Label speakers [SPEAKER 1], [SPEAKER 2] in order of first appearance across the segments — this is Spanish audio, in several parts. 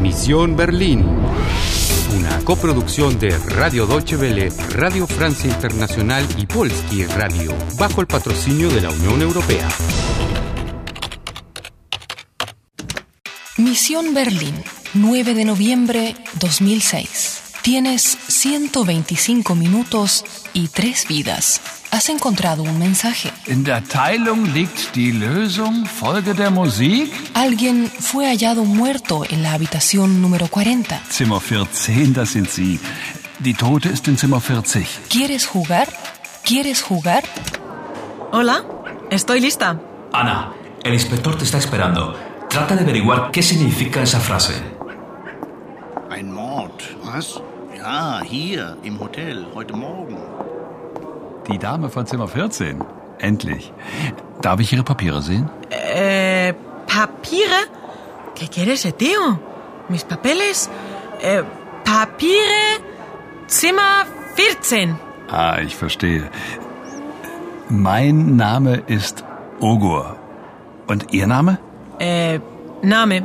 [SPEAKER 1] Misión Berlín. Una coproducción de Radio Deutsche Welle, Radio Francia Internacional y Polski Radio, bajo el patrocinio de la Unión Europea.
[SPEAKER 2] Misión Berlín, 9 de noviembre 2006. Tienes 125 minutos y 3 vidas. Has encontrado un mensaje.
[SPEAKER 3] In der Teilung liegt die Lösung. Folge der Musik.
[SPEAKER 2] Alguien fue hallado muerto en la habitación número 40.
[SPEAKER 3] Zimmer 14, das sind Sie. Die Tote ist in Zimmer 40.
[SPEAKER 2] ¿Quieres jugar? ¿Quieres jugar?
[SPEAKER 4] Hola, estoy lista.
[SPEAKER 5] Ana, el inspector te está esperando. Trata de averiguar qué significa esa frase.
[SPEAKER 6] Ein Mord. Was? Ja, hier im Hotel, heute Morgen.
[SPEAKER 3] Die Dame von Zimmer 14. Endlich. Darf ich Ihre Papiere sehen?
[SPEAKER 4] Eh, ¿Papire? ¿Qué quiere ese tío? ¿Mis papeles? Eh, ¿Papire? Zimmer 14.
[SPEAKER 3] Ah, ich verstehe. Mein Name ist Ogur. Und Ihr Name?
[SPEAKER 4] Eh, Name.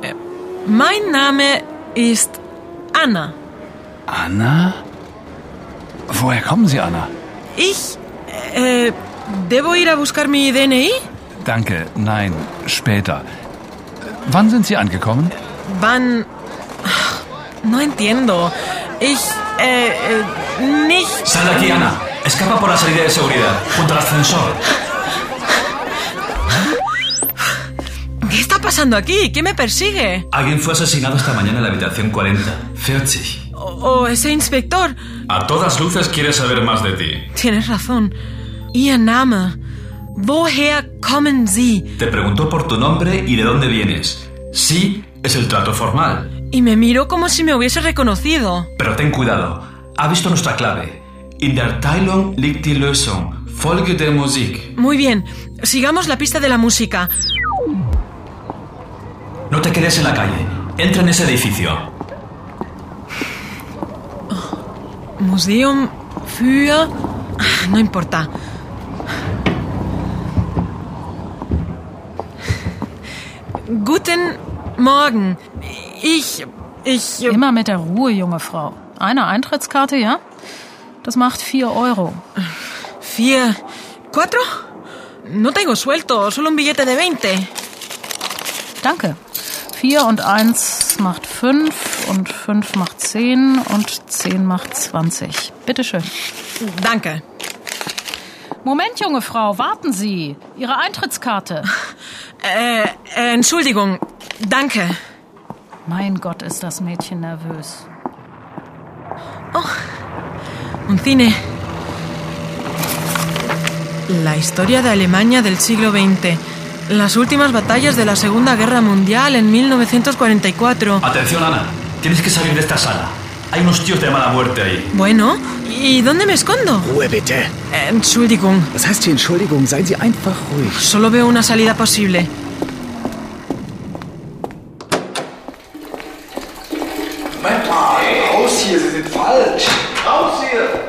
[SPEAKER 4] Eh, mein Name ist Anna.
[SPEAKER 3] Anna? Woher kommen Sie, Anna?
[SPEAKER 4] Ich... Eh, ¿Debo ir a buscar mi DNI?
[SPEAKER 3] Danke, nein, später. Wann sind Sie angekommen?
[SPEAKER 4] Wann... Ach, No entiendo. Ich... Eh, eh, nicht...
[SPEAKER 5] Sal de aquí, Ana. Escapa por la salida de seguridad, junto al ascensor.
[SPEAKER 4] ¿Qué está pasando aquí? ¿Qué me persigue?
[SPEAKER 5] Alguien fue asesinado esta mañana en la habitación 40. 40.
[SPEAKER 4] O, o ese inspector.
[SPEAKER 5] A todas luces quiere saber más de ti.
[SPEAKER 4] Tienes razón. Ihr Name. Woher kommen Sie?
[SPEAKER 5] Te preguntó por tu nombre y de dónde vienes. Sí, es el trato formal.
[SPEAKER 4] Y me miró como si me hubiese reconocido.
[SPEAKER 5] Pero ten cuidado. Ha visto nuestra clave. In der Teilung liegt die Lösung. Folge der Musik.
[SPEAKER 4] Muy bien, sigamos la pista de la música.
[SPEAKER 5] No te quedes en la calle. Entra en ese edificio.
[SPEAKER 4] Museum für... Ah, No importa. Guten Morgen. Ich... Ich...
[SPEAKER 7] Immer mit der Ruhe, junge Frau. Eine Eintrittskarte, ja? Das macht vier Euro.
[SPEAKER 4] Vier... ¿Cuatro? No tengo suelto, solo un billete de 20.
[SPEAKER 7] Danke. Vier und eins macht fünf und fünf macht zehn und zehn macht zwanzig. Bitteschön.
[SPEAKER 4] Danke.
[SPEAKER 7] Moment, junge Frau, warten Sie. Ihre Eintrittskarte.
[SPEAKER 4] Äh, äh, Entschuldigung. Danke.
[SPEAKER 7] Mein Gott, ist das Mädchen nervös.
[SPEAKER 4] Un cine. La historia de Alemania del siglo XX. Las últimas batallas de la Segunda Guerra Mundial en 1944.
[SPEAKER 5] Atención, Ana. Tienes que salir de esta sala. Hay unos tíos de mala muerte ahí.
[SPEAKER 4] Bueno, ¿y dónde me escondo?
[SPEAKER 8] Ruhe bitte.
[SPEAKER 4] Eh, Entschuldigung,
[SPEAKER 8] Was heißt hier Entschuldigung? Seien Sie einfach ruhig.
[SPEAKER 4] solo veo una salida posible.
[SPEAKER 9] Moment mal, raus hier, Sie sind falsch. Raus hier.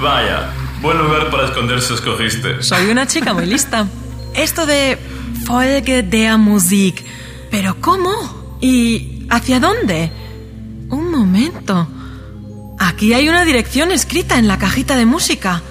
[SPEAKER 5] Vaya, buen lugar para esconderse escogiste.
[SPEAKER 4] Soy una chica muy lista. Esto de Folge der Musik. ¿Pero cómo? ¿Y hacia dónde? Un momento. Aquí hay una dirección escrita en la cajita de música.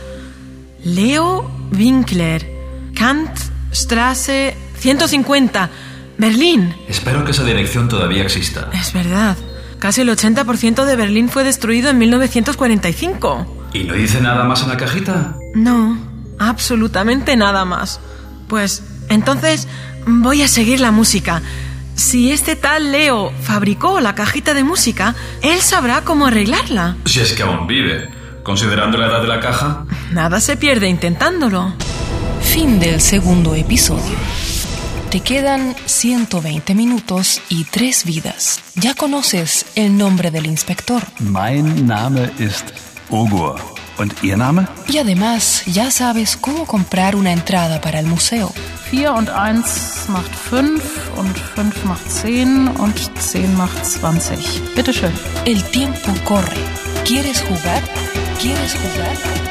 [SPEAKER 4] Leo Winkler, Kantstraße 150, Berlín.
[SPEAKER 5] Espero que esa dirección todavía exista.
[SPEAKER 4] Es verdad. Casi el 80% de Berlín fue destruido en 1945.
[SPEAKER 5] ¿Y no dice nada más en la cajita?
[SPEAKER 4] No, absolutamente nada más. Pues entonces voy a seguir la música. Si este tal Leo fabricó la cajita de música, él sabrá cómo arreglarla.
[SPEAKER 5] Si es que aún vive. Considerando la edad de la caja,
[SPEAKER 4] Nada se pierde intentándolo.
[SPEAKER 2] Fin del segundo episodio. Te quedan 120 minutos y 3 vidas. Ya conoces el nombre del inspector.
[SPEAKER 3] Mein Name ist Ogur. Und Ihr Name?
[SPEAKER 2] Y además ya sabes cómo comprar una entrada para el museo.
[SPEAKER 7] Vier und eins macht fünf und fünf macht zehn und zehn macht zwanzig. Bitteschön.
[SPEAKER 2] El tiempo corre. ¿Quieres jugar? ¿Quieres jugar?